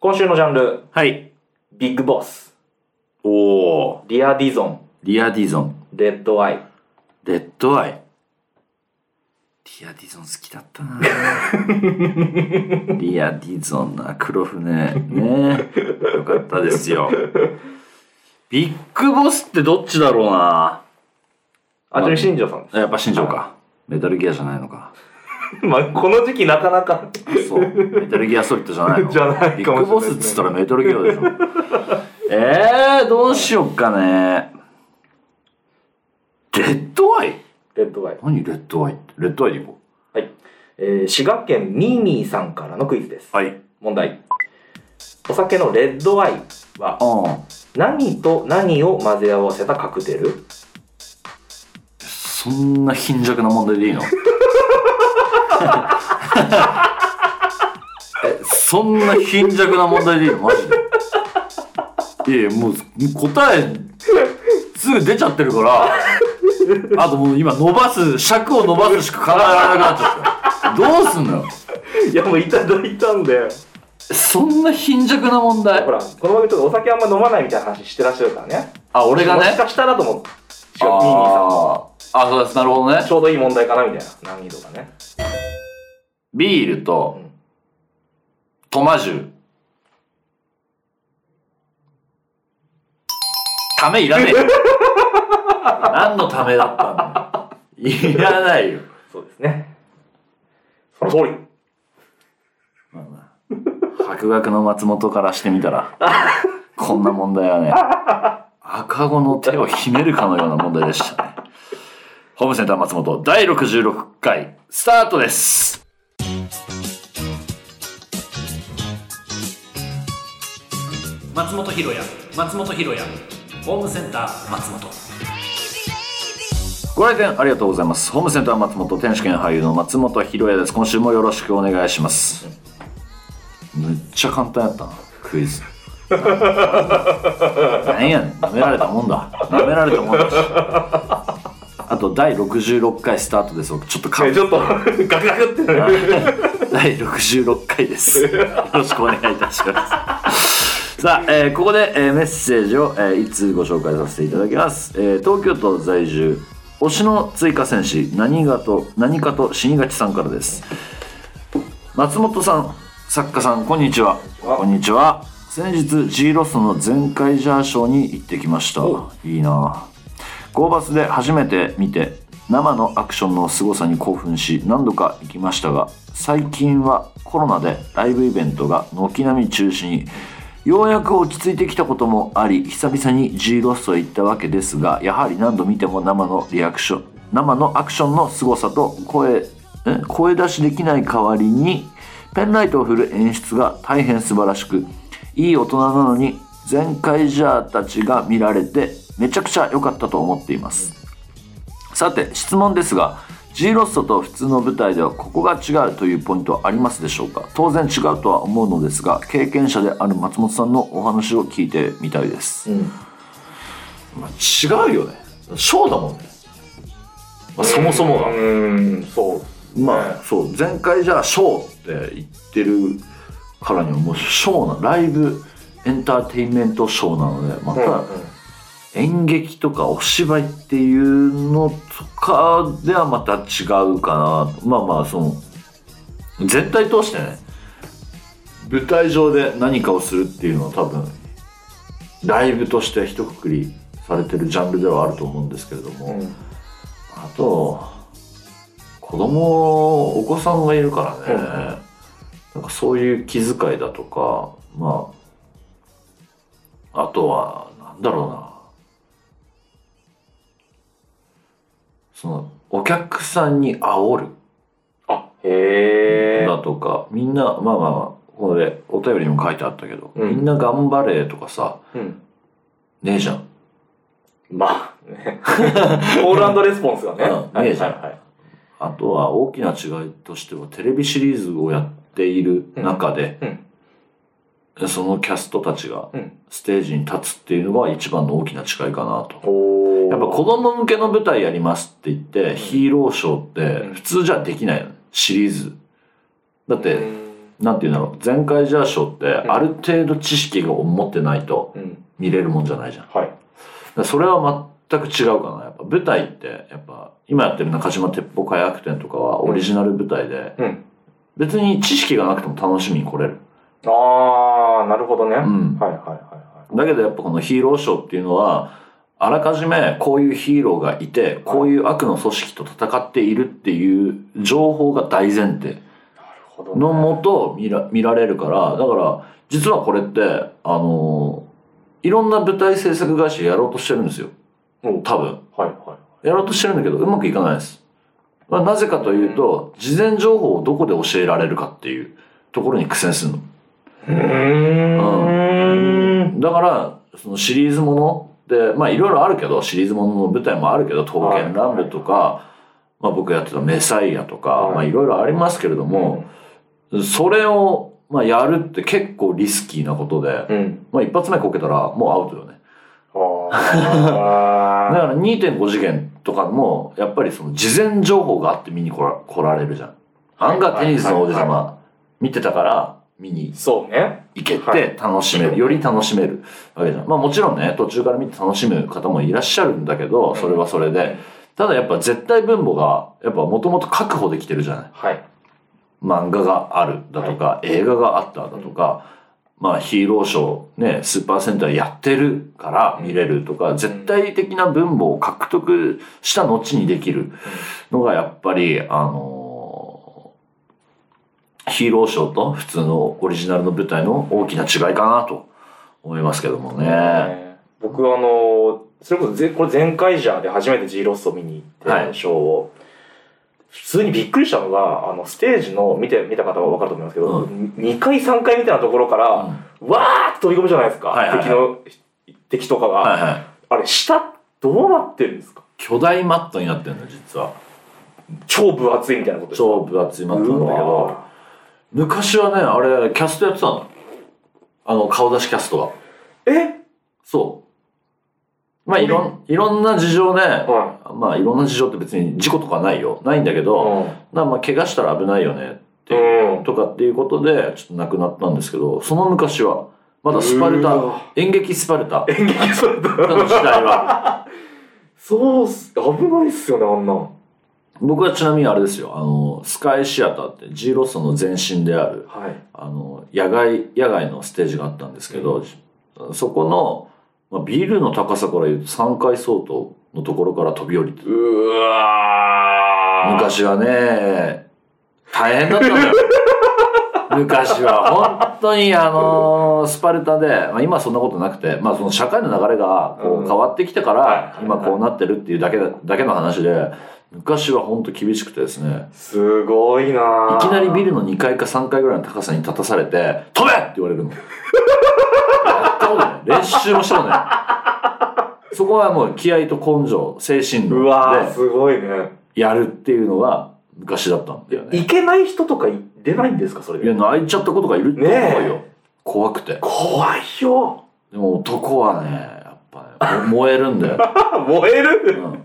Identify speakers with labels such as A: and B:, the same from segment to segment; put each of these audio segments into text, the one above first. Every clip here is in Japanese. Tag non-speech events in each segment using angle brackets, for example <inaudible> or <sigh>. A: 今週のジャンル、
B: はい。
A: ビッグボス、
B: おー、
A: リアディゾン、
B: リアディゾン、
A: レッドアイ。
B: レッドアイ。リアディゾン好きだったなリアディゾンな、黒船。ねよかったですよ。ビッグボスってどっちだろうな
A: あ、ちなみに新庄さんです。
B: やっぱ新庄か。メタルギアじゃないのか。
A: まあ、この時期なかなか。 <laughs>
B: そう。メタルギアソリッドじゃないの
A: じゃないかもしれない
B: ビッグボスっつったらメタルギアでしょ。えー、どうしよっかね。レッドアイ
A: レッドアイ。
B: 何レッドアイって。レッドアイでいこ
A: はい。えー、滋賀県ミーミーさんからのクイズです。
B: う。はい。
A: 問題。お酒のレッドアイは
B: ああ。
A: 何と何を混ぜ合わせたカクテル
B: そんな貧弱な問題でいいの <laughs> え、そんな貧弱な問題でいいのマジで。いやいや、もう答え、すぐ出ちゃってるから、あともう今伸ばす、尺を伸ばすしか考えられなくなっちゃった。どうすんのよ。
A: <laughs> いやもういただいたんで
B: そんな貧弱な問題
A: ほ。らこの番組ちょっとお酒あんま飲まないみたいな話してらっしゃるからね
B: あ、俺が
A: もし
B: ね。
A: かしたらと思ってミーミーさん
B: あーあ、そうです。なるほどね
A: ち。ょうどいい問題かなみたいな難易度がね
B: ビールと
A: うん、
B: トマジュ。ためいらねえよ。 <laughs> 何のためだったんだよ。いらないよ。
A: そうですねその通り
B: まあまあ博学の松本からしてみたら、こんな問題はね、赤子の手をひねるかのような問題でしたね。ホームセンター松本第66回スタートです。
C: 松本ひろや松本ひろやホームセンター松本
B: ご来店ありがとうございます。ホームセンター松本、天守兼俳優の松本ひろやです。今週もよろしくお願いします。むっちゃ簡単やったな、クイズ。 <laughs> なんやねん、舐められたもんだ。舐められたもんだし。あと、第66回スタートです。僕ちょっとか
A: ねちょっとガクガクってなる
B: 第66回です。よろしくお願いいたします。さあ、えーここで、えーメッセージを、え1通ご紹介させていただきます。えー東京都在住、推しの追加戦士、何がと、何かと死にがちさんからです。松本さん、作家さん、こんにちは。こ
A: こ
B: んにちは。先日、G ロスの全開ジャーショーに行ってきました
A: お。
B: いいなぁ。ゴーバスで初めて見て生のアクションの凄さに興奮し何度か行きましたが最近はコロナでライブイベントが軒並み中止にようやく落ち着いてきたこともあり久々に G ロストへ行ったわけですがやはり何度見ても生のリアクション生のアクションの凄さと声ん声出しできない代わりにペンライトを振る演出が大変素晴らしくいい大人なのに前回ジャーたちが見られてめちゃくちゃ良かったと思っていますさて質問ですが G ロストと普通の舞台ではここが違うというポイントはありますでしょうか当然違うとは思うのですが経験者である松本さんのお話を聞いてみたいです、まあ、違うよねショーだもんね、まあ、そもそもが
A: うーんそう
B: まあそう前回じゃあショーって言ってるからにはもうショーなライブエンターテインメントショーなのでま
A: うん
B: た演劇とかお芝居っていうのとかではまた違うかなまあまあその全体通してね舞台上で何かをするっていうのは多分ライブとして一括りされてるジャンルではあると思うんですけれども、
A: うんうん
B: あと、子供、お子さんがいるからね、なんかそういう気遣いだとか、まあ、あとは、なんだろうな、その、お客さんに煽る
A: あへえ
B: だとか、みんな、まあまあまあ、これ、お便りにも書いてあったけど、
A: うん
B: みんな頑張れとかさ、
A: うん
B: ねえじゃん。
A: まあねオールアンドレスポンスがね
B: うん
A: はい
B: ねえじゃん
A: はいはい
B: あとは大きな違いとしてはテレビシリーズをやっている中で、
A: うん
B: そのキャストたちが
A: うん
B: ステージに立つっていうのが一番の大きな違いかなと。
A: お
B: やっぱ子供向けの舞台やりますって言って、ヒーローショーって
A: うん
B: 普通じゃできないよねシリーズ。だって、なんていうんだろう全開ジャーショーって
A: ん
B: ある程度知識を持ってないと
A: うん。
B: 見れるもんじゃないじゃんだか
A: はい。
B: らそれは全く違うかなやっぱ舞台ってやっぱ今やってる中島鉄砲開悪展とかはオリジナル舞台で
A: うん。
B: 別に知識がなくても楽しみに来れる
A: ああ、なるほどね。
B: ん
A: はいはいは
B: だけどやっぱこのヒーローショーっていうのはあらかじめこういうヒーローがいてこういう悪の組織と戦っているっていう情報が大前提
A: い。なるほどね。
B: のもと見ら見られるからだから実はこれってあのーいろんな舞台制作会社やろうとしてるんですよ
A: うん
B: 多分
A: はいは
B: やろうとしてるんだけどうまくいかないです、まあ、なぜかというと事前情報をどこで教えられるかっていうところに苦戦するの
A: い。うーん。
B: だからそのシリーズものでまあいろいろあるけどシリーズものの舞台もあるけど「刀剣乱舞」とか、まあ、僕やってた「メサイア」とか、
A: はい
B: まあ、いろいろありますけれども、それを、まあ、やるって結構リスキーなことで、
A: うん。
B: まあ、一発目こけたらもうアウトよねだか
A: ああ。
B: ら2.5次元とかもやっぱりその事前情報があって見に来ら来られるじゃん。アンガーテニスの王子
A: はいは
B: 様見てたから見に
A: そうね。
B: 行け
A: は
B: て楽しめる、より楽しめるわけじゃん。まあもちろんね、途中から見て楽しむ方もいらっしゃるんだけど、それはそれで。ただやっぱ絶対分母が、やっぱもともと確保できてるじゃない。
A: はい。
B: 漫画があるだとか、映画があっただとか、まあヒーローショー、ね、スーパーセンターやってるから見れるとか、絶対的な分母を獲得した後にできるのがやっぱり、あのーヒーローショーと普通のオリジナルの舞台の大きな違いかなと思いますけどもね。は
A: 僕あのそれこそぜこれ前回じゃで初めて G ロスト見に行って、
B: はい
A: ショーを普通にびっくりしたのがあのステージの見て見た方は分かると思いますけど、
B: う
A: 2階3階みたいなところから、わーって飛び込むじゃないですか、
B: はいはいはい
A: 敵の敵とかが、
B: いはい。
A: あれ下どうなってるんですか
B: 巨大マットになってるの、実は。
A: 超分厚いみたいなことですか
B: 超分厚いマットなんだけ
A: う
B: ど、
A: わ
B: 昔はね、あれ、キャストやってたの。あの、顔出しキャストが。
A: ーえ
B: そう。まあ、いろん、いろんな事情ね、
A: は
B: まあ、いろんな事情って別に事故とかないよ。ないんだけ
A: い
B: ど、なまあ、怪我したら危ないよね、て
A: うん
B: とかっていうことで、ちょっと亡くなったんですけど、その昔は、まだスパル
A: う
B: タ
A: わ、
B: 演劇スパルタ
A: 演劇それだ
B: の時代は、
A: <laughs> そうっす危ないっすよねあんなん
B: 僕はちなみにあれですよ、あの、スカイシアターって G ロストの前身である、
A: はい
B: あの、野外、野外のステージがあったんですけど、そこの、まあ、ビルの高さから言うと3階相当のところから飛び降りて
A: うわー
B: 昔はね、大変だったの
A: <laughs>
B: よ。昔は本当にあのスパルタで、まあ、今はそんなことなくて、まあ、その社会の流れがこ
A: う
B: うん変わってきてか
A: はいはい
B: ら
A: はい
B: 今こうなってるっていうだけだだけの話で昔は本当厳しくてですね
A: すごいない
B: きなりビ
A: ル
B: ルの2階か3階ぐらいの高さに立たされて「飛べ!」って言われるのやったことない練習もしたことないそこはもう気合と根性精神
A: うわー
B: 力
A: すごいね
B: でやるっていうのが昔だったんだよね
A: いけない人とかい出ないんですかそれ
B: いや、泣いちゃったことがいると思うよ。怖くて。
A: 怖いよ <laughs>
B: でも男はね、やっぱ、ね、燃えるんだよ。
A: 燃え
B: う
A: る
B: ん。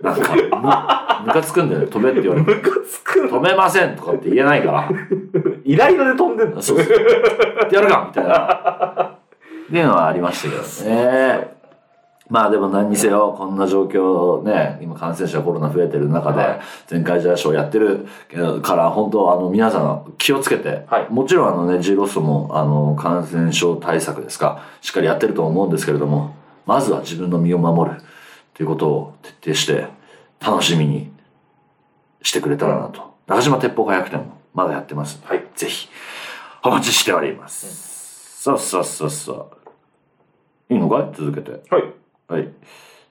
B: なんか、む、むかつくんだよね。飛べって言われて。
A: ムカつく
B: 飛べませんとかって言えないから。
A: イライラで飛んでんの
B: そうそう。やるかみたいな。っていうのはありましたけどね。まあでも何にせよ、こんな状況ね、今感染者コロナ増えてる中
A: は
B: で
A: い、
B: 全開ジャーショーやってるから、本当あの皆さん気をつけて、
A: はい
B: もちろんあのね、G ロストもあの感染症対策ですか、しっかりやってると思うんですけれども、まずは自分の身を守るということを徹底して、楽しみにしてくれたらなと。中島鉄砲火薬店もまだやってますんで。
A: はい
B: ぜひ、お待ちしております。さあさあさあさあ。いいのかい続けて。
A: はい
B: はい。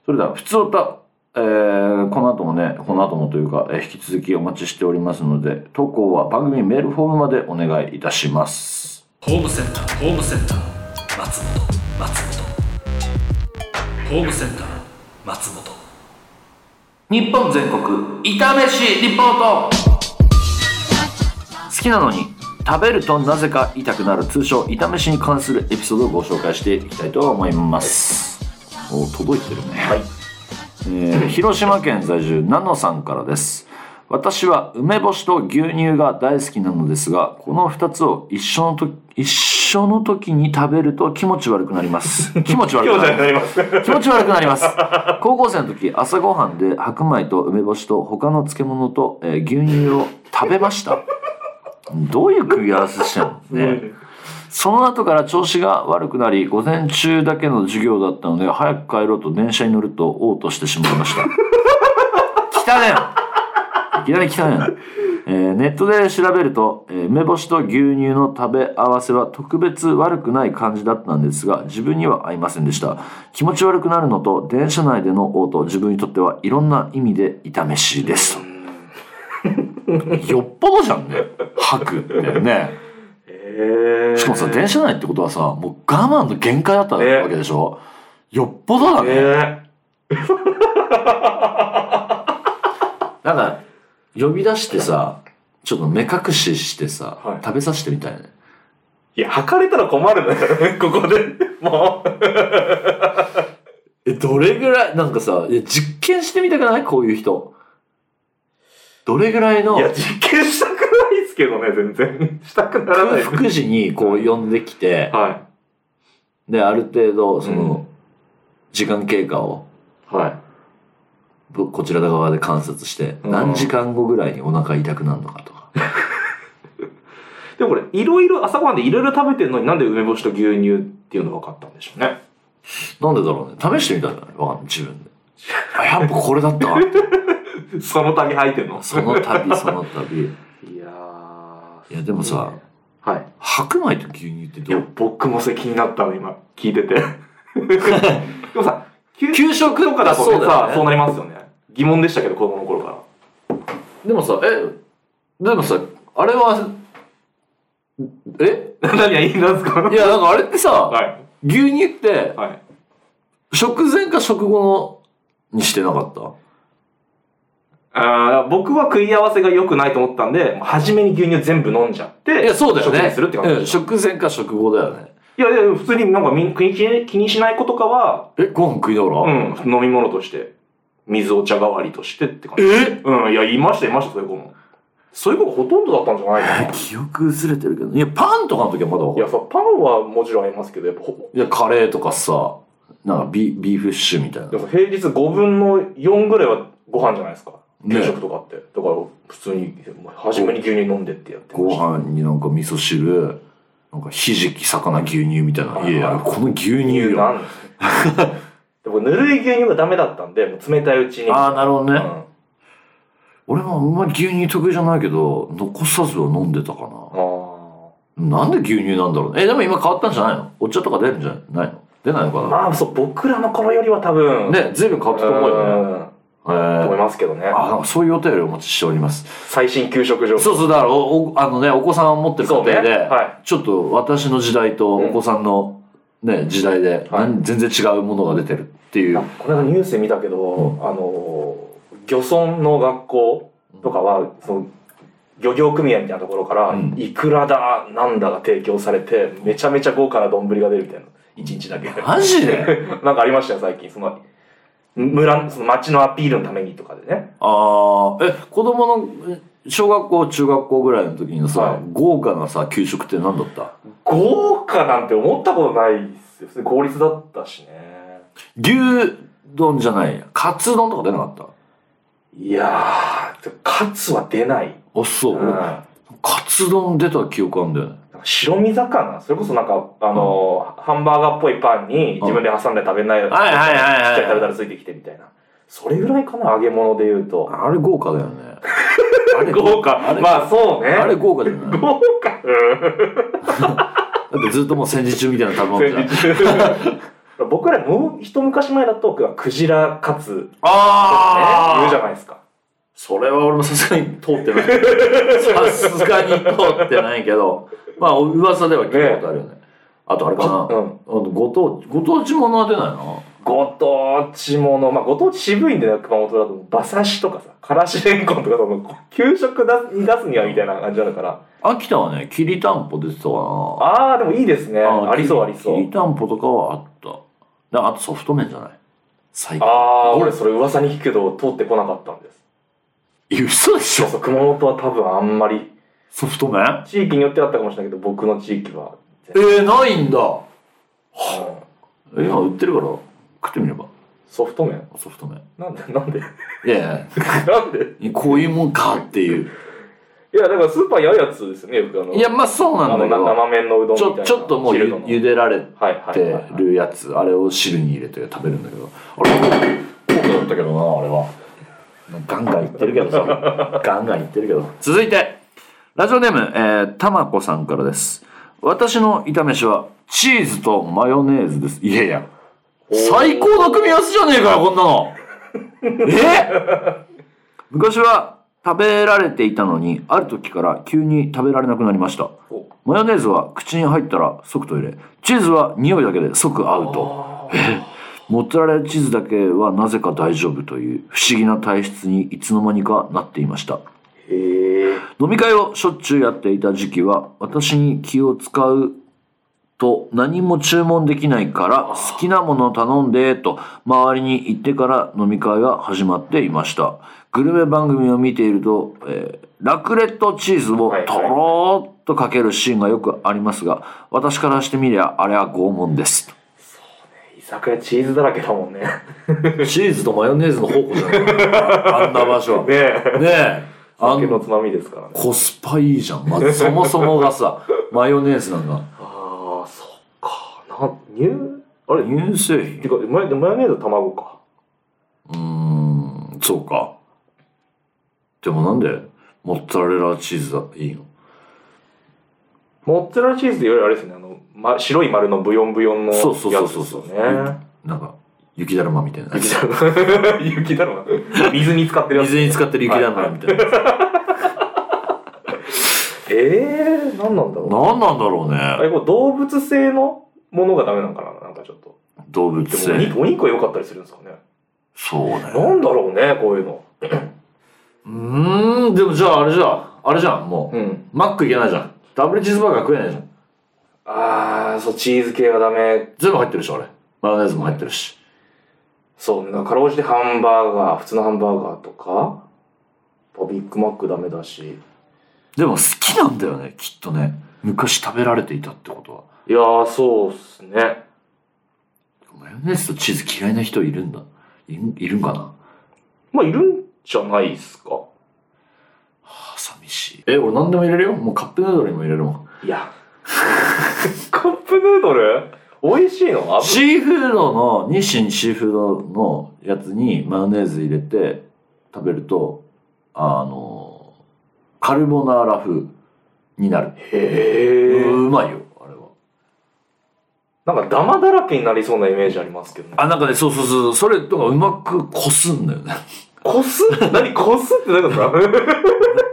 B: それでは、普通歌、えー、この後もね、この後もというか、えー引き続きお待ちしておりますので、投稿は番組メールフォームまでお願いいたします。
C: ホームセンターホームセンター松本松本ホームセンター松本
B: 日本全国、炒めしリポート好きなのに、食べるとなぜか痛くなる、通称、炒めしに関するエピソードをご紹介していきたいと思います。お、届いてるね。
A: はい
B: えー広島県在住ナノさんからです私は梅干しと牛乳が大好きなのですが、この二つを一緒のと一緒の時に食べると気持ち悪くなります。気持ち悪
A: 今
B: く
A: 日
B: な
A: じ
B: り
A: ゃ
B: ます
A: な。ります。
B: 気持ち悪くなります。高校生の時、朝ごはんで白米と梅干しと他の漬物と、えー牛乳を食べました。どういう組み合わせしてんのね。その後から調子が悪くなり、午前中だけの授業だったので、早く帰ろうと電車に乗ると嘔吐してしまいました。 <laughs> 汚ねいきなり汚ねえーネットで調べると、えー梅干しと牛乳の食べ合わせは特別悪くない感じだったんですが、自分には合いませんでした。気持ち悪くなるのと、電車内での嘔吐、自分にとってはいろんな意味で痛めしいです。よっぽどじゃんね。吐くってね。
A: えー、
B: しかもさ、電車内ってことはさ、もう我慢の限界だったわ
A: ね
B: けでしょ、よっぽどだね。
A: ね
B: なんか、呼び出してさ、ちょっと目隠ししてさ、
A: はい
B: 食べさせてみたいね。
A: いや、測れたら困るんだよ、 <laughs> ここで。もう。
B: え、どれぐらい、なんかさ、いや実験してみたくないこういう人。どれぐらいの
A: いや、実験したくないですけどね、全然。したくならない
B: 空
A: です。
B: 腹時にこう呼んできて、
A: は
B: で、ある程度、その、
A: う
B: 時間経過を、
A: い。はい。
B: ぶこちら側で観察して、
A: うん
B: 何時間後ぐらいにお腹痛くなるのかとか。
A: でもこれ、いろいろ、朝ごはんでいろいろ食べてるのになんで梅干しと牛乳っていうの分かったんでしょうね。
B: なんでだろうね。試してみたんじゃないわかんない。自分で。あ、やっぱこれだった <laughs> わ。
A: その度入ってんの。
B: その度、その度。
A: いやー。
B: いやでもさ、
A: はい。
B: 白米と牛乳って
A: い
B: ど
A: や
B: う、
A: 僕もそれ気になったの、今、聞いて
B: <laughs>
A: て。でもさ、給食
B: 給食
A: とかだとね
B: そう
A: さ
B: だ、
A: そ
B: よ
A: う
B: ね。
A: なりますよね。疑問でしたけど、子供の頃から。
B: でもさ、え、でもさ、あれは、え
A: <laughs> 何がいいんですか
B: いや、なんかあれってさ、
A: はい。
B: 牛乳って、
A: はい。
B: 食前か食後のにしてなかった
A: あー僕は食い合わせが良くないと思ったんで、もう初めに牛乳全部飲んじゃって、
B: いや、そうだよね。
A: 食事するって感じ
B: う
A: で
B: ん、
A: した、
B: 食前か食後だよね。
A: いやいや、普通になんかみん気にし気にしない子とかは、
B: え、ご飯食いなが
A: う
B: ら、
A: ん、飲み物として、水お茶代わりとしてって感じ。
B: え
A: うん、いや、いました、いました、そういう子も。そういう子がほとんどだったんじゃないかな。
B: 記憶薄れてるけど。いや、パンとかの時はまだわか
A: い
B: る
A: や、。さ、パンはもちろんありますけど、やっぱほ、
B: いや、カレーとかさ、なんかビビーフシチューみたいな
A: で。も平日5分の4ぐらいはご飯じゃないですか。
B: ね
A: 給食とかって。だから、普通に、初めに牛乳飲んでってやって
B: ご
A: ました。
B: 飯になんか味噌汁、なんかひじき、魚、牛乳みたいな。
A: はい
B: いやいや、この牛乳
A: 牛乳
B: よ。
A: なんですねでもぬるい牛乳がダメだったんで、もう冷たいうちに。
B: ああ、なるほど
A: う
B: ね。
A: ん
B: 俺もあんまり牛乳得意じゃないけど、残さずは飲んでたか
A: あー
B: な。なんで牛乳なんだろうね。え、でも今変わったんじゃないのお茶とか出るんじゃないの出ないのか
A: まあ、そう、僕らの頃よりは多分。
B: な、ね、随分変わったと思うよね。
A: ね。
B: え
A: と思い
B: ー、
A: ますけどね。
B: あ、なんかそういうお便りをお待ちしております。
A: 最新給食情報。
B: そうそう、だからお、おあのね、お子さんを持ってる家
A: そうね
B: 庭で、
A: は
B: ちょっと私の時代とお子さんの、ね時代で、
A: はい
B: なん全然違うものが出てるっていう
A: あ。これ間ニュースで見たけど、あのー、漁村の学校とかは、その、漁業組合みたいなところから、
B: うん
A: いくらだ、なんだが提供されて、めちゃめちゃ豪華な丼が出るみたいな。一日だけ。
B: マジで
A: <laughs> なんかありましたよ、最近。その、村、その町のアピールのためにとかでね。
B: ああ、え、子供のえ小学校、中学校ぐらいの時のさ、
A: はい
B: 豪華なさ、給食って何だった
A: 豪華なんて思ったことないっすよ。普通に効率だったしね。
B: 牛丼じゃないや。カツ丼とか出なかった
A: いやー、カツは出ない。
B: あ、そう。
A: うん
B: 俺カツ丼出た記憶あんだよね。
A: 白身魚それこそなんか、あのーハンバーガーっぽいパンに自分で挟んで食べないやつ、
B: はいはいはいは
A: ちっちゃ
B: い
A: い食べたらついてきてみたいな。それぐらいかな、揚げ物で言うと。
B: あれ豪華だよ
A: <laughs>
B: ね。あれ
A: 豪華。
B: あれ,、
A: まあそうね。
B: あれ豪華じゃない
A: 豪華。
B: だってずっともう戦時中みたいな食べ物じゃん。
A: うん <laughs> 僕らもう一昔前だと、クジラカツ、ね、言うじゃ
B: ああ
A: ないですか。
B: それは俺もさすがに通ってない。さ
A: <laughs>
B: すがに通ってないけど、まあ噂では聞いたことあるよね。あとあれかな。あ
A: うん。
B: とご当地、ご当地ものは出ないな。
A: ご当地もの、まあ、ご当地渋いんでね、熊本だと、馬刺しとかさ、からしれんこんとか、その、給食だに出すにはみたいな感じなのから。
B: 秋田はね、きりたんぽ出てたかな。
A: あー、でもいいですね。
B: あ
A: ありそうありそ
B: き
A: う
B: り。たんぽとかはあった。だからあとソフト麺じゃない最近。
A: あー、
B: うん
A: 俺それ噂に聞くけど、通ってこなかったんです。
B: いや嘘でし
A: そう
B: ょ
A: 熊本は多分あんまり
B: ソフト麺
A: 地域によってはあったかもしれないけど僕の地域は全
B: え
A: 然
B: ー、ないんだ
A: うん
B: 今売ってるから食ってみれば
A: ソフト麺
B: ソフト麺
A: なんでなんで <laughs>
B: いや
A: なんで
B: いやこういうもんかっていう
A: いやだからスーパーにあるやつですよねよくあの
B: いやまあそう
A: あ
B: な
A: の
B: んだけ
A: な
B: ど
A: 生麺のうどんみ
B: ち
A: たい
B: ょ
A: な
B: ちょっともう
A: 汁
B: ゆ
A: の
B: ゆでられ
A: はいはいはい、
B: て
A: はい、
B: るやつあれを汁に入れて食べるんだけどあれ高価だったけどなあれはガンガンいってるけどさガンガンいってるけど続いてラジオネームえーたまこさんからです私の炒め飯はチーズとマヨネーズですいやいや最高の組み合わせじゃねえかよこんなのえ昔は食べられていたのにある時から急に食べられなくなりました
A: お
B: マヨネーズは口に入ったら即トイレチーズは匂いだけで即アウ
A: あ
B: トモッツァレラチーズだけはなぜか大丈夫という不思議な体質にいつの間にかなっていました
A: ーへえ
B: 飲み会をしょっちゅうやっていた時期は私に気を使うと何も注文できないから好きなものを頼んでと周りに行ってから飲み会が始まっていましたグルメ番組を見ていると、えーラクレットチーズをとろーっとかけるシーンがよくありますが私からしてみりゃあれは拷問です
A: 居酒屋チーズだらけだもんねね
B: チーズとマヨネーズの宝庫じゃないあんな場
A: <laughs>
B: 所ね
A: え
B: えあ
A: 酒
B: ん
A: のつまみですからね
B: コスパいいじゃん、まずそもそもが <laughs> さマヨネーズなんだ
A: ああそっかなん乳あれ
B: 乳製品
A: てかマヨマヨネーズ卵か
B: うーんそうかでもなんでモッツァレラチーズだいいの
A: モッツァレラチーズっていわゆるあれですねあの、ま、白い丸のブヨンブヨンのやつ
B: そう
A: で
B: そ
A: す
B: う
A: よ
B: そう
A: ね
B: そうそうなんか雪だるまみたいなや
A: 雪
B: つ
A: だるま雪だるま水に浸かってるやつ
B: 水に浸かってる雪だるまみたいなやつ
A: ええー、何なんだろう
B: 何なんだろう
A: あ
B: ね
A: れこう動物性のものがダメなのかななんかちょっと
B: 動物
A: でもお
B: 性
A: 肉お肉は良かったりするんですかね
B: そうね
A: なんだろうねこういうの
B: うーんでもじゃああれじゃんあれじゃんもう、
A: ん
B: マックいけないじゃんダブルチーズバーガー食えないじゃん
A: ああそうチーズ系はダメ
B: 全部入ってるでしょあれマヨネーズも入ってるし
A: そうねだからかろうじてハンバーガー普通のハンバーガーとかビッグマックダメだし
B: でも好きなんだよねきっとね昔食べられていたってことはい
A: やーそうっすね
B: マヨネーズとチーズ嫌いな人いるんだいんいるんかな
A: まあいるんじゃないっすか
B: あ寂しいえ俺何でも入れるよもうカップヌードルにも入れるもん
A: いやカップヌードル美味しいの油
B: シーフードの日清シーフードのやつにマヨネーズ入れて食べるとあのカルボナーラ風になる、
A: へえ
B: うまいよあれは
A: なんかダマだらけになりそうなイメージありますけどね
B: あなんかねそうそうそうそれとかうまくこすんだよね
A: こす <laughs> 何こすって
B: <laughs>
A: なんかさ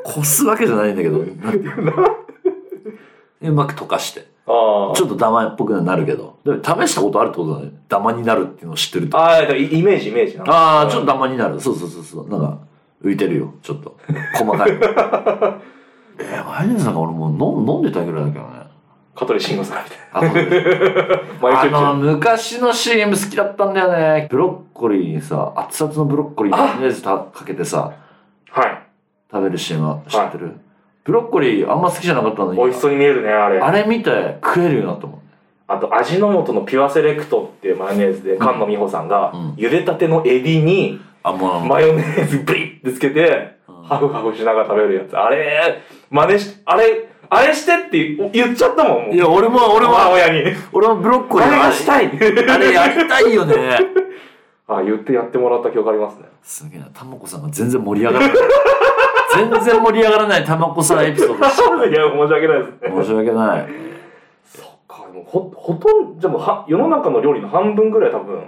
B: こすわけじゃ <laughs> ないんだけどなんていうのうまく溶かして
A: ああ
B: ちょっとダマっぽくなるけど。でも試したことあるってことだね。ダマになるっていうのを知ってると。あ
A: ああだからイイメージイメージなんか
B: あー、ちょっとダマになる。そうそうそうそう。なんか、浮いてるよ。ちょっと。細 <laughs> かい。えー、マヨネーズなんか俺もう飲ん飲んでたぐらいだけどね。
A: 香取慎吾さんみたい
B: あ <laughs> そうです
A: なマ
B: あ
A: イケル
B: の、昔の CM 好きだったんだよね。ブロッコリーにさ、熱々のブロッコリーにマヨネーズたかけてさ、
A: はい
B: 食べる CM は知ってる、ブロッコリーあんま好きじゃなかったのに。
A: 美味しそうに見えるねあれ
B: あ
A: あ
B: れ見て食えるようになったもん。
A: と味の素のピュアセレクトっていうマヨネーズで菅野美穂さんが、
B: うん
A: 茹でたてのエビに
B: あ、もう。
A: マヨネーズブリッてつけて、
B: うん
A: ハフハフしながら食べるやつあれ真似しあれあれしてって言言っちゃったもんもう
B: いや、俺も、俺も、
A: 母親に
B: 俺もブロッコ
A: あ
B: リー
A: れ
B: の
A: が
B: 味
A: したい
B: あれやりたいよね。
A: あ言ってやってもらった記憶ありますね
B: すげえな、たまこさんが全然盛り上がらない。全然盛り上がらないたまこさんエピソードでし
A: いや申し訳ないです
B: た。申し訳ない。
A: そっか、でもほ、ほとんど、じゃあもうは、世の中の料理の半分ぐらい多分。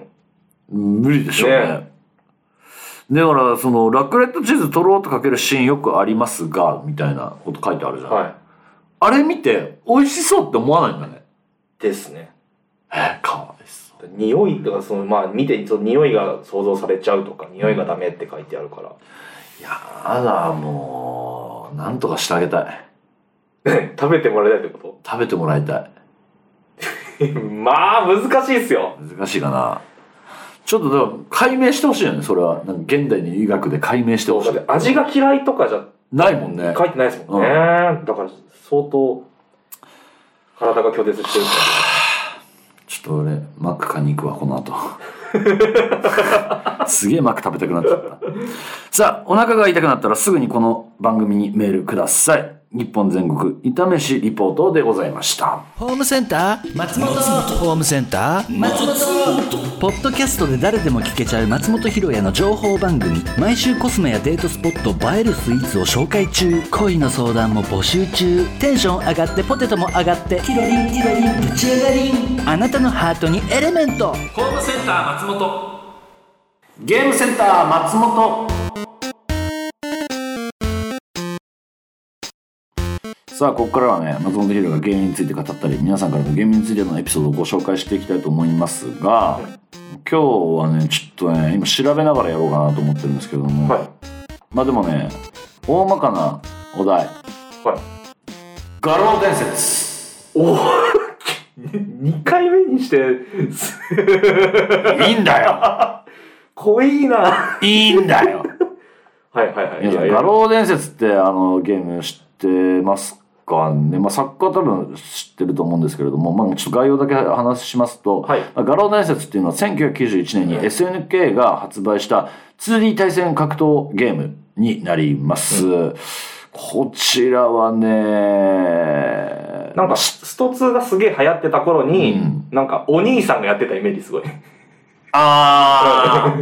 B: 無理でしょうね。
A: ね
B: だから、その、ラクレットチーズとろうとかけるシーンよくありますが、みたいなこと書いてあるじゃん。
A: は
B: あれ見て、美味しそうって思わないんだね。
A: い。ですね。
B: えー、かわいそう。
A: 匂いとか、その、まあ、見て、その匂いが想像されちゃうとか、匂いがダメって書いてあるから。
B: いやだ、もう、なんとかしてあげたい。
A: <laughs> 食べてもらいたいって <laughs> こ
B: 食べてもらいたい。
A: とまあ、難しいっすよ。
B: 難しいかな。ちちょっとでも解明してほしいよねそれはなんか現代の医学で解明してほし
A: だ
B: い
A: って味が嫌いとかじゃ
B: ないもんね
A: 書いてないですもんね、
B: う
A: だから相当体が拒絶してる
B: ちょっと俺マック買いに行くわこの後すげえマック食べたくなっちゃったさあお腹が痛くなったらすぐにこの番組にメールください日本全国痛めしリポートでございました
D: ホームセンター松本ホームセンター松本ポッドキャストで誰でも聞けちゃう松本ひろやの情報番組毎週コスメやデートスポット映えるスイーツを紹介中恋の相談も募集中テンション上がってポテトも上がってキラリンキラリンぶち上がりんあなたのハートにエレメント
C: ホームセンター松本
B: ゲームセンター松本さあここからはね松本ヒロがゲームについて語ったり皆さんからのゲームについてのエピソードをご紹介していきたいと思いますが今日はねちょっとね今調べながらやろうかなと思ってるんですけども、
A: はい
B: まあでもね大まかなお題
A: はい
B: 画廊伝説
A: おお2回目にしてす
B: いいんだよ
A: 濃いない
B: いんだよ
A: はいはいはい
B: 皆さん、画廊伝説ってあのゲーム知ってますかね、まあ、作家は多分知ってると思うんですけれども、まあ、ちょっと概要だけ話しますと、
A: はい
B: まあ画廊伝説っていうのは1991年に SNK が発売した 2D 対戦格闘ゲームになります。こちらはね、
A: なんかススト2がすげえ流行ってた頃に、
B: うん
A: なんかお兄さんがやってたイメージすごい
B: あ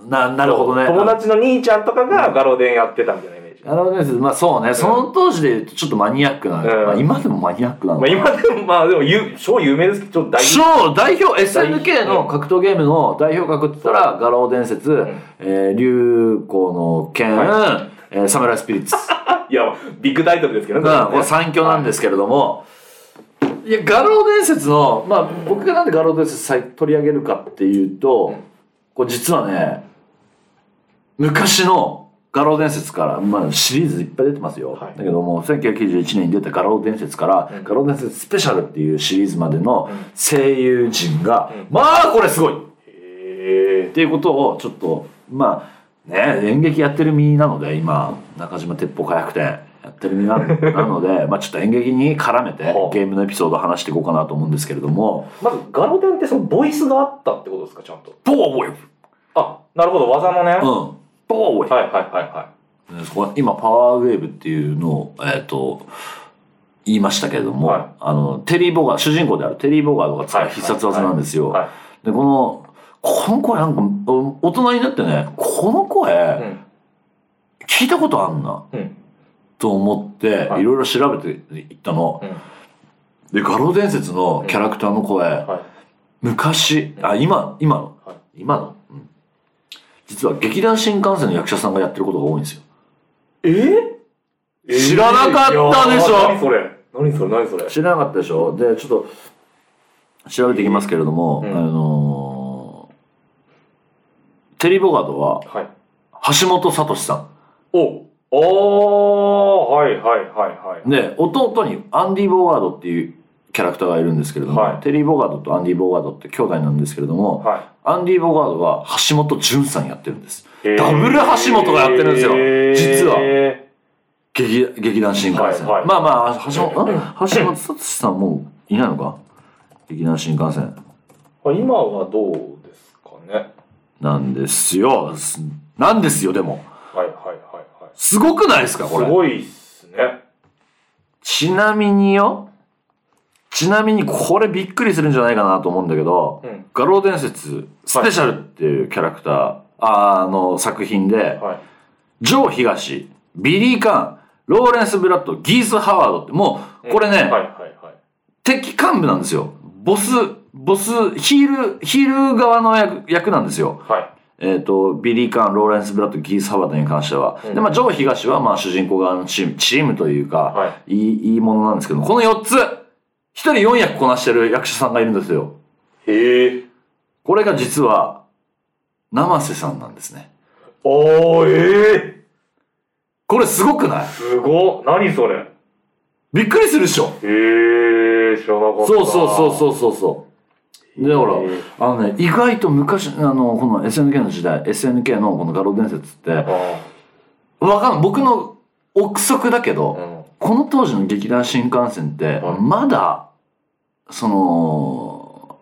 B: あな、なるほど
A: <laughs>
B: ね。
A: 友達の兄ちゃんとかがガロデンやってたみたいなイメージ、
B: なるほどです。まあそうね、その当時で言うとちょっとマニアックな、
A: うん
B: まあ、今でもマニアックなの
A: まあ、
B: かな
A: 今でもまあでも有超有名ですけどちょっと大事
B: 超代表 SNK の格闘ゲームの代表格って言ったら「画廊伝説」えー竜光の剣」えーサムライスピリッツ」
A: いやビッグタイトルですけどね
B: <laughs>
A: こ
B: がこ
A: れ
B: れ
A: ね
B: 三強なんですけれども、いや画廊伝説の、まあ、僕がなんで画廊伝説さい取り上げるかっていうと、これ実はね昔の画廊伝説から、まあ、シリーズいっぱい出てますよ、
A: はい
B: だけども1991年に出た画廊伝説から、画廊伝説スペシャルっていうシリーズまでの声優陣が、まあこれすごい
A: へ
B: っていうことをちょっとまあね演劇やってる身なので今中島鉄砲火薬店やってる身ななのでまあちょっと演劇に絡めて
A: はあ
B: ゲームのエピソードを話していこうかなと思うんですけれども
A: ーまずガロデンってそのボイスがあったってことですかちゃんと
B: 「ボーウェ
A: あなるほど技のね、
B: ブ」うん「ボーウェ
A: はいはいはいは
B: ブ」これ今「パワーウェーブ」っていうのをえっ、と言いましたけれども、
A: はい
B: あのテリー・ボガー主人公であるテリー・ボガードが使
A: は
B: う
A: い
B: 必殺技なんですよ、
A: はいは
B: でこのこの声なんかうん大人になってねこの声、
A: いうん
B: 聞いたことあんな、
A: うん
B: と思って、
A: はい
B: いろいろ調べていったの、
A: うん
B: で「画廊伝説」のキャラクターの声、
A: はい
B: 昔あ今今の、
A: はい
B: 今の、うん実は劇団新幹線の役者さんがやってることが多いんですよ
A: えー
B: 知らなかったでしょ
A: いやー何それ何それ何それ
B: 知らなかったでしょでちょっと調べていきますけれども、
A: うん
B: あのーテリー・ボガードは
A: はい
B: 橋本聡さん
A: おおーはいはいはいはい
B: で弟にアンディ・ボガードっていうキャラクターがいるんですけれども、
A: はい
B: テリー・ボガードとアンディ・ボガードって兄弟なんですけれども、
A: は
B: アンディ・ボガードは橋本淳さんやってるんです
A: い
B: ダブル橋本がやってるんですよ実は
A: は
B: 劇劇団新幹線、
A: はいはい
B: まあまあ
A: <laughs>
B: 橋本ん橋本聡さんもういないのか劇団新幹線
A: あ今はどうですかね
B: なんですよすなんですよでも
A: はいはいはいはい
B: すごくないですかこれ
A: すごいっすね
B: ちなみによちなみにこれびっくりするんじゃないかなと思うんだけど、
A: うん
B: 画廊伝説スペシャルっていうキャラクター、あの作品で、
A: はい
B: ジョー東、ビリー・カーン、ローレンス・ブラッド、ギース・ハワードって、もう、これね、
A: はいはいはい
B: 敵幹部なんですよ。ボス、ボス、ヒール、ヒール側の役役なんですよ。
A: はい
B: えっ、と、ビリー・カーン、ローレンス・ブラッド、ギース・ハワードに関しては。
A: うん
B: で、まあ、ジョー東は、まあ、主人公側のチーム、チームというか、
A: はい
B: いい、いいものなんですけど、この4つ、1人4役こなしてる役者さんがいるんですよ。
A: へえ
B: これが実は、生瀬さんなんですね。
A: おーええ
B: これすごくない
A: すごっ何それ
B: びっくりするでしょ
A: へえ知らなかった
B: そうそうそうそうそうそう。でだからあのね意外と昔あのこの SNK の時代 SNK のこの「画廊伝説」って
A: あ
B: わかんない僕の憶測だけど、
A: あうん
B: この当時の劇団新幹線って
A: はい
B: まだその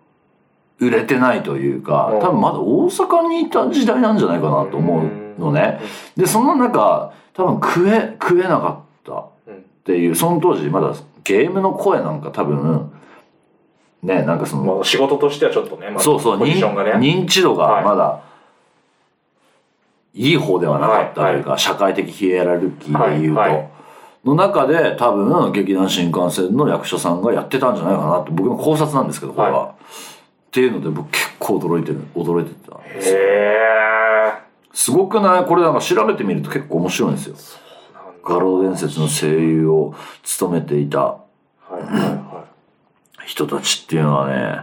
B: 売れてないというか
A: うん
B: 多分まだ大阪にいた時代なんじゃないかなと思うのねでその中多分食え食えなかったっ
A: うん
B: ていうその当時まだゲームの声なんか多分ねなんかその
A: まあ、仕事としてはちょっとね、まあ、
B: そうそう
A: ポジ
B: 認
A: ションがね
B: 認知度がまだいい方ではなかったというか社会的ヒエラルキーでいうと
A: はいはい
B: の中で多分劇団新幹線の役所さんがやってたんじゃないかなって僕の考察なんですけどこれは。っていうので僕結構驚いてる驚いてた
A: へえ
B: すごくないこれなんか調べてみると結構面白いんですよ「画廊伝説」の声優を務めていた
A: はいはいは
B: 人たちっていうのはね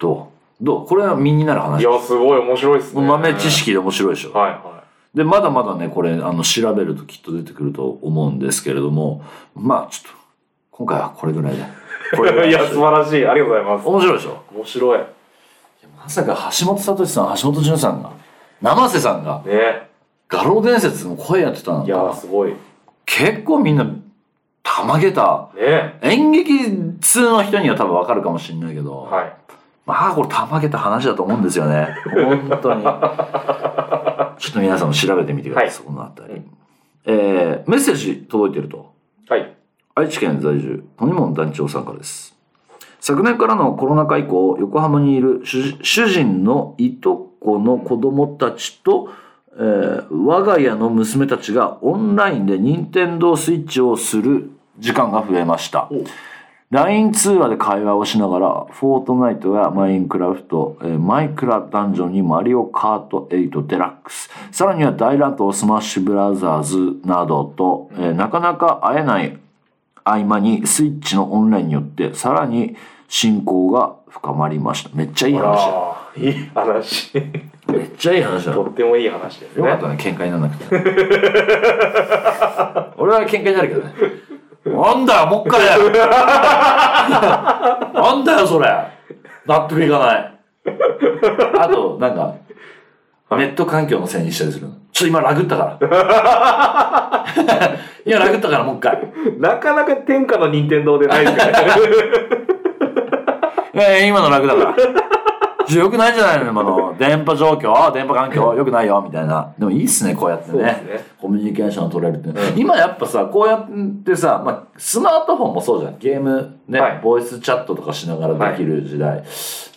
B: どうどうこれは身になる
A: いい
B: 話
A: やすごい面白いですね
B: 豆知識で面白いでしょ
A: はいは
B: で、まだまだね、これ、あの、調べるときっと出てくると思うんですけれども、まあ、ちょっと、今回はこれぐら
A: <laughs>
B: いで。これぐら
A: いい
B: で
A: や素晴らしいありがとうございま
B: 面白いでしょ
A: す面白いね
B: まさか橋本聡さん、橋本潤さんが、生瀬さんが、画廊伝説の声やってたなん
A: い
B: て、
A: やすごいね
B: 結構みんな、たまげた。演劇通の人には多分わかるかもしれないけど、
A: はい
B: まあ、これたまげた話だと思うんですよね。本
A: <laughs>
B: 当に。ちょっと皆さんも調べてみてください、
A: はい
B: そこのあたり。
A: うん
B: えー、メッセージ届いてると。
A: はい
B: 愛知県在住トニモン団長さんからです昨年からのコロナ禍以降横浜にいる主主人のいとこの子供たちと、えー我が家の娘たちがオンラインで任天堂スイッチをする時間が増えました
A: お
B: LINE 通話で会話をしながら「フォートナイト」や「マインクラフト」えーマイクラダンジョン」に「マリオカート8デラックス」さらには「大乱闘スマッシュブラザーズ」などと、えーなかなか会えない合間にスイッチのオンラインによってさらに進行が深まりましためっちゃいい話
A: あーいい話 <laughs>
B: だめっちゃいい話だ
A: と
B: よ
A: ってもいい話ですね
B: かったね喧嘩にならなくて俺は喧嘩になるけどねなんだよもっかいだよなんだよそれ納得いかないあとなんかネット環境のせいにしたりするのちょっと今ラグったから今ラグったからもう一回
A: なかなか天下の任天堂でないですよね <laughs>
B: いやいや、今の楽だから。ちょよくないんじゃないの今の。電波状況、電波環境、よくないよ、みたいな。でもいいっすね、こうやって
A: そうで
B: ね
A: す。ね
B: コミュニケーションを取れるって、今やっぱさ、こうやってさ、まあ、スマートフォンもそうじゃん。ゲーム、ね、
A: はい
B: ボイスチャットとかしながらできる時代。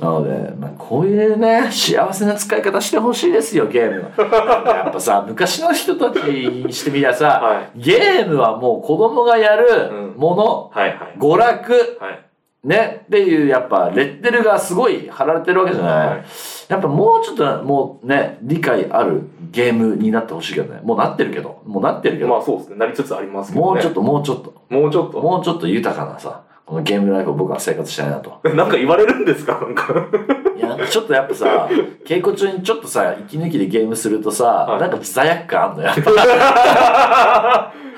B: なので、まあ、こういうね、幸せな使い方してほしいですよ、ゲームは。なん
A: <laughs>
B: かやっぱさ、昔の人たちにしてみりゃさ、
A: は
B: ゲームはもう子供がやるもの、
A: はいはい
B: 娯楽、
A: はい
B: ね、っていう、やっぱ、レッテルがすごい貼られてるわけじゃない。
A: はい
B: やっぱもうちょっと、もうね、理解あるゲームになってほしいけどね。もうなってるけど、もうなってるけど、
A: まあそうですねなりつつありますけどね
B: もうちょっと、もうちょっと、
A: もうちょっと
B: もうちょっと豊かなさ、このゲームライフを僕は生活したいなと。
A: なんか言われるんですかなんか
B: いや、ちょっとやっぱ
A: <laughs>
B: さ、稽古中にちょっとさ、息抜きでゲームするとさ、
A: い
B: なんか罪悪感あんのよ。やっぱ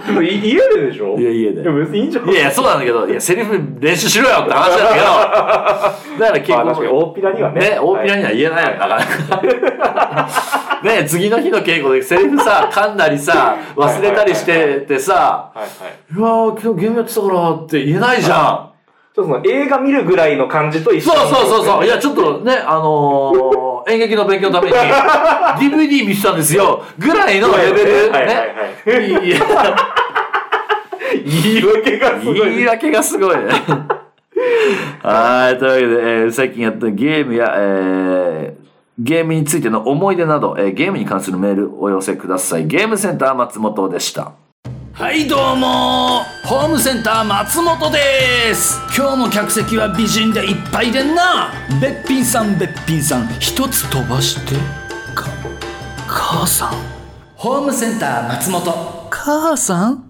A: でもい家ででしょ
B: いや、家で
A: いや。別にいいんじゃない
B: いやいや、そうなんだけど、いや、セリフ練習しろよって話
A: <laughs>
B: なんだけど、だから結
A: まあ
B: 構、
A: 確かに大っぴらにはね
B: ね、大ピラには言えないよ、なかなか。ね、次の日の稽古でセリフさ、噛んだりさ、忘れたりしててさ、
A: はいはいはい
B: いやー、昨日ゲームやってたからって言えないじゃん。
A: ちょっとその映画見るぐらいの感じと一緒
B: そう
A: に
B: そうそうそう。いや、ちょっとね、あのー、演劇の勉強のために、DVD 見てたんですよ、ぐらいのレベル。
A: はいはい
B: ね。
A: はいはい
B: いや
A: 言い訳がすごい
B: 言い訳がす
A: <laughs>
B: ごいね。はい、というわけで、えー最近やったゲームや、えーゲームについての思い出など、えーゲームに関するメールをお寄せください。ゲームセンター松本でした。
D: はいどうもホームセンター松本です今日も客席は美人でいっぱいでんなべっぴんさんべっぴんさん一つ飛ばしてか母さんホームセンター松本母さん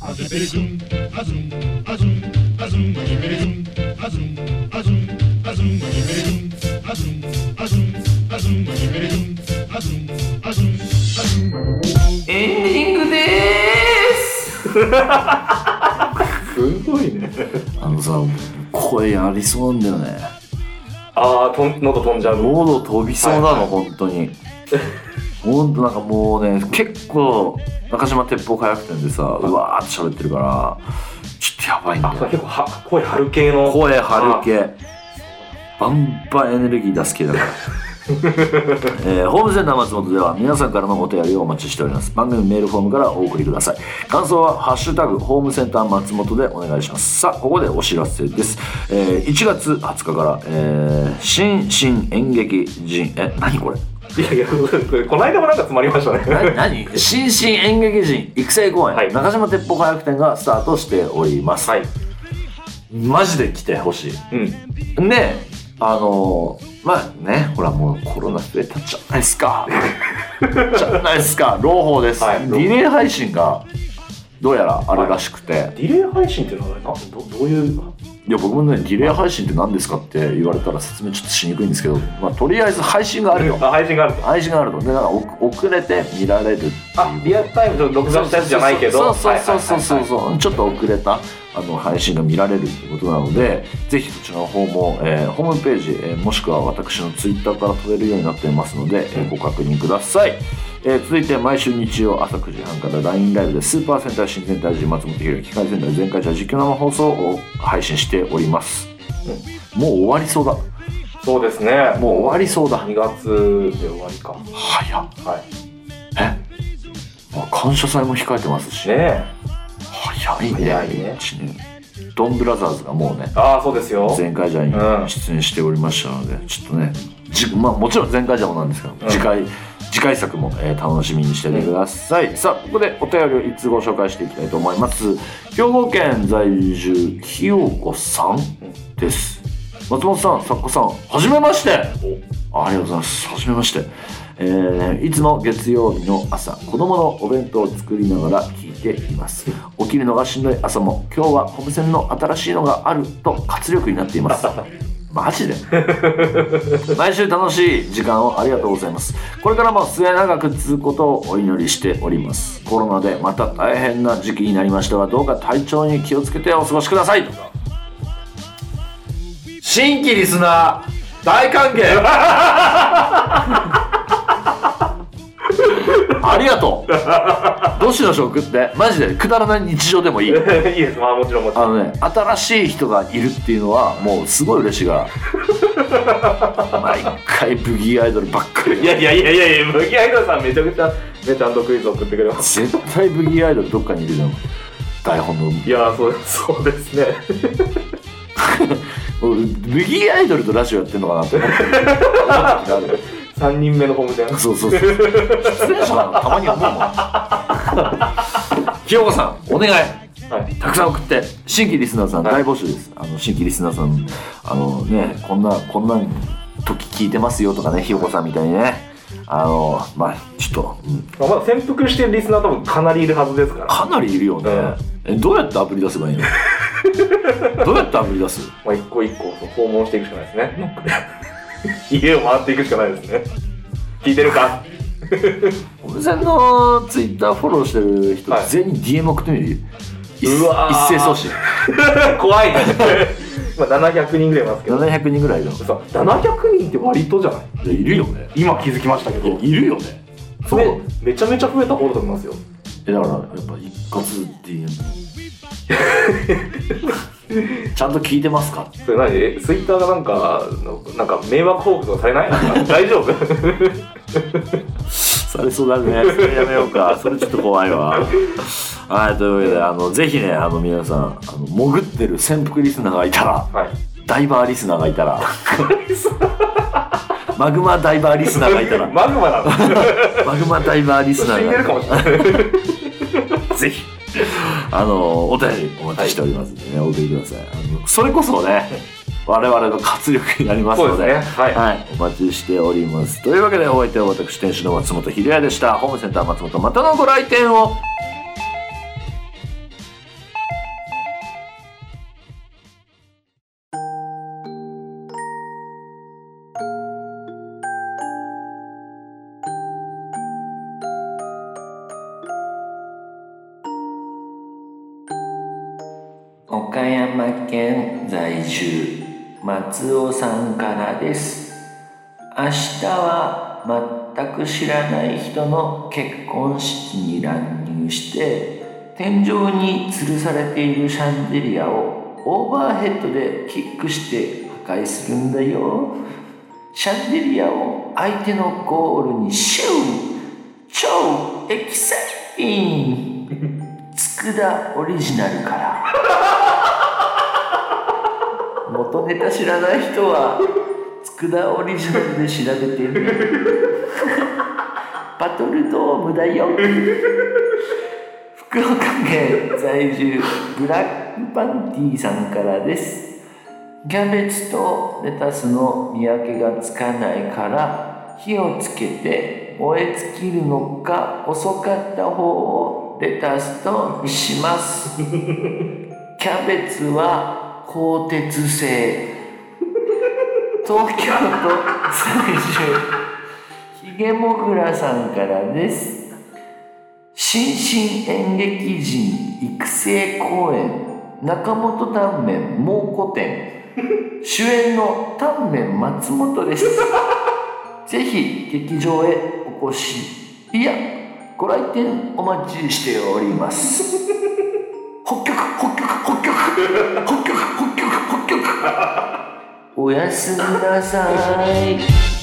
E: Azum, azum, azum, azum, azum, azum, azum, azum, azum, azum, azum, azum, azum, azum.
A: すごいね
B: あのさ、声ありそうなんだよね。
A: ああとん喉飛んじゃう
B: 喉飛びそうなの、
A: はいはい
B: 本当に本当なんかもうね結構中島鉄砲火薬店でさうわーって喋ってるからちょっとやばいんだ
A: あ
B: よ
A: そう結構は声張る系の
B: 声張る系バンバンエネルギー出す系だ
A: <laughs>
B: からえーホームセンター松本では皆さんからのお便りをお待ちしております番組メールフォームからお送りください感想は「ハッシュタグホームセンター松本」でお願いしますさあここでお知らせです、えー1月20日から、えー新進演劇人え何これ
A: いやいやこれこの間もなんか詰まりましたね
B: な何 <laughs> 新進演劇人育成公演、
A: はい
B: 中島鉄砲火薬店がスタートしております、
A: はい
B: マジで来てほしい
A: うん
B: であのーまあねほらもうコロナ増えたじゃないですか
A: <laughs>
B: じゃないですか朗報です、
A: はい
B: リレー配信がどうやらあるらしくて、い、
A: ディレイ配信っていうのはあれなどどういう
B: や僕もねリレー配信って何ですかって言われたら説明ちょっとしにくいんですけど、まあ、とりあえず配信があるよ
A: あ配信があると
B: 配信があるとでなんかお遅れて見られる
A: あリアルタイムと録画したやつじゃないけど
B: そうそうそうそうそう
A: う
B: そうちょっと遅れたあの配信が見られるってことなのでぜひそちらの方も、えーホームページ、えーもしくは私のツイッターから飛べるようになっていますので、えーご確認ください、えー続いて毎週日曜朝9時半から LINE ライブでスーパーセンター新センター人松本ひろ機械センター全開者実況生放送を配信しております、もう終わりそうだ
A: そうですね
B: もう終わりそうだ
A: 2月で終わりか
B: 早っ
A: は
B: えまあ感謝祭も控えてますし
A: いねえ
B: 早いね
A: 早いね
B: 一年ドンブラザーズがもうね
A: ああそうですよ
B: 前回じゃに出演しておりましたので、ちょっとねじ、まあ、もちろん前回じゃもなんですけど、
A: ん
B: 次回次回作も、えー楽しみにしててください、さあここでお便りを一通ご紹介していきたいと思います兵庫県在住ひよこさんです松本さん作家さんはじめましてありがとうございますはじめましてえーいつも月曜日の朝子供のお弁当を作りながら聞いています起きるのがしんどい朝も今日はホームセンの新しいのがあると活力になっていますマジで <laughs> 毎週楽しい時間をありがとうございますこれからも末永く続くことをお祈りしておりますコロナでまた大変な時期になりましたがどうか体調に気をつけてお過ごしくださいと新規リスナー大歓迎 <laughs> ありがとうどしどし送ってマジでくだらない日常でもいい
A: <laughs> いいですまあもちろんもちろん
B: あのね新しい人がいるっていうのはもうすごい嬉しいから <laughs> 毎回ブギーアイドルばっかり
A: いやいやいやいやいや、麦アイドルさんめちゃくちゃ、ね、ちゃんとクイズ送ってくれます。
B: 絶対ブギーアイドルどっかにいるじゃん台本の
A: いやー、そう、そうですね。 <laughs>
B: 俺ブギーアイドルとラジオやってんのかなって思ってるある
A: 三人目のホームセン。
B: そうそうそう。失礼者なのたまに思うも <laughs> ん。ひよこさん、お願い。
A: はい。
B: たくさん送って、新規リスナーさん
A: はい
B: 大募集です。あの、新規リスナーさん、あのね、こんな、こんな時聞いてますよとかね、ひよこさんみたいにね。あの、まあ、ちょっと、うん
A: まあ、まだ潜伏してるリスナー多分かなりいるはずですから。
B: かなりいるよね。え、どうやってアプリ出せばい
A: <laughs>
B: いのどうやってアプリ出す
A: まあ、一個一個そう訪問していくしかないですね。 <laughs> ノックで家を回っていくしかないですね。聞いてるか <laughs>
B: お店のツイッターフォローしてる人、
A: はい
B: 全員 DM 送ってみる一
A: うわー
B: 一斉
A: <laughs>
B: 送信。
A: 怖いね。 <laughs> まあ、700人ぐらいいますけど。
B: 700人ぐらいいるの。
A: そう、700人って割とじゃない
B: いやいるよね。
A: 今気づきましたけど。
B: いるよね。
A: そ
B: そう
A: れ、めちゃめちゃ増えた方だと思いますよ。
B: えだからやっぱ一括 DM <laughs> ちゃんと聞いてますか
A: それ何えツイッターがなんかのなんか迷惑報告とかされないなんか大丈夫 <laughs>
B: されそうだねそれやめようかそれちょっと怖いわはいというわけであのぜひねあの皆さんあの潜ってる潜伏リスナーがいたら
A: はい
B: ダイバーリスナーがいたらマグマダイバーリスナーがいたら
A: マグマなの
B: マグマダイバーリス
A: 死
B: ナー
A: んでるか
B: が
A: もしれない
B: <laughs> ぜひあのお便りお待ちしておりますんでね、お送りくださいあのそれこそね我々の活力になります
A: そ
B: の
A: うで
B: です
A: ねはい、
B: はい、お待ちしております。というわけで、お相手は私、店主の松本秀也でした。ホームセンター松本、またのご来店を。
F: 岡山県在住松尾さんからです明日は全く知らない人の結婚式に乱入して天井に吊るされているシャンデリアをオーバーヘッドでキックして破壊するんだよシャンデリアを相手のゴールにシュー超エキサイティング佃オリジナルから元ネタ知らない人は佃オリジナルで調べてみるバトルドームだよ福岡県在住ブラックパンティさんからですキャベツとレタスの見分けがつかないから火をつけて燃え尽きるのか遅かった方をレタスとしますキャベツは鋼鉄製東京都在住ひげもぐらさんからです新進演劇人育成公演中本タンメン猛虎展主演のタンメン松本ですぜひ劇場へお越しいやご来店お待ちしております北極北極北極北極北極北極おやすみなさい